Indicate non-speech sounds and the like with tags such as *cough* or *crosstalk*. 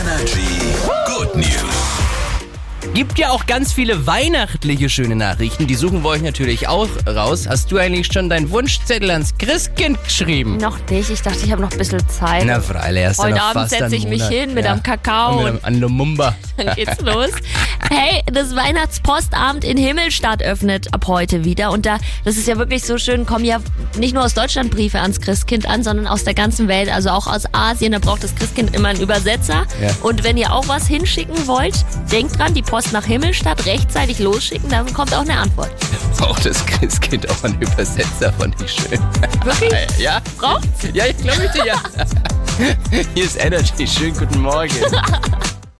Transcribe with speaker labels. Speaker 1: Energy. Good News.
Speaker 2: Gibt ja auch ganz viele weihnachtliche schöne Nachrichten. Die suchen wir euch natürlich auch raus. Hast du eigentlich schon deinen Wunschzettel ans Christkind geschrieben?
Speaker 3: Noch nicht. Ich dachte, ich habe noch ein bisschen Zeit.
Speaker 2: Na, freilich, erst
Speaker 3: Heute
Speaker 2: noch
Speaker 3: Abend
Speaker 2: fast
Speaker 3: setze
Speaker 2: einen
Speaker 3: ich mich
Speaker 2: Monat.
Speaker 3: hin mit einem Kakao
Speaker 2: Und mit einem, an der Mumba. *laughs*
Speaker 3: Dann geht's los. Hey, das Weihnachtspostamt in Himmelstadt öffnet ab heute wieder. Und da, das ist ja wirklich so schön, kommen ja nicht nur aus Deutschland Briefe ans Christkind an, sondern aus der ganzen Welt, also auch aus Asien. Da braucht das Christkind immer einen Übersetzer.
Speaker 2: Ja.
Speaker 3: Und wenn ihr auch was hinschicken wollt, denkt dran, die Post nach Himmelstadt rechtzeitig losschicken, dann kommt auch eine Antwort.
Speaker 2: Braucht das Christkind auch einen Übersetzer, fand ich schön.
Speaker 3: Wirklich?
Speaker 2: Ja?
Speaker 3: Braucht's?
Speaker 2: Ja, ich glaube ich dir, ja. Hier ist Energy. Schönen guten Morgen.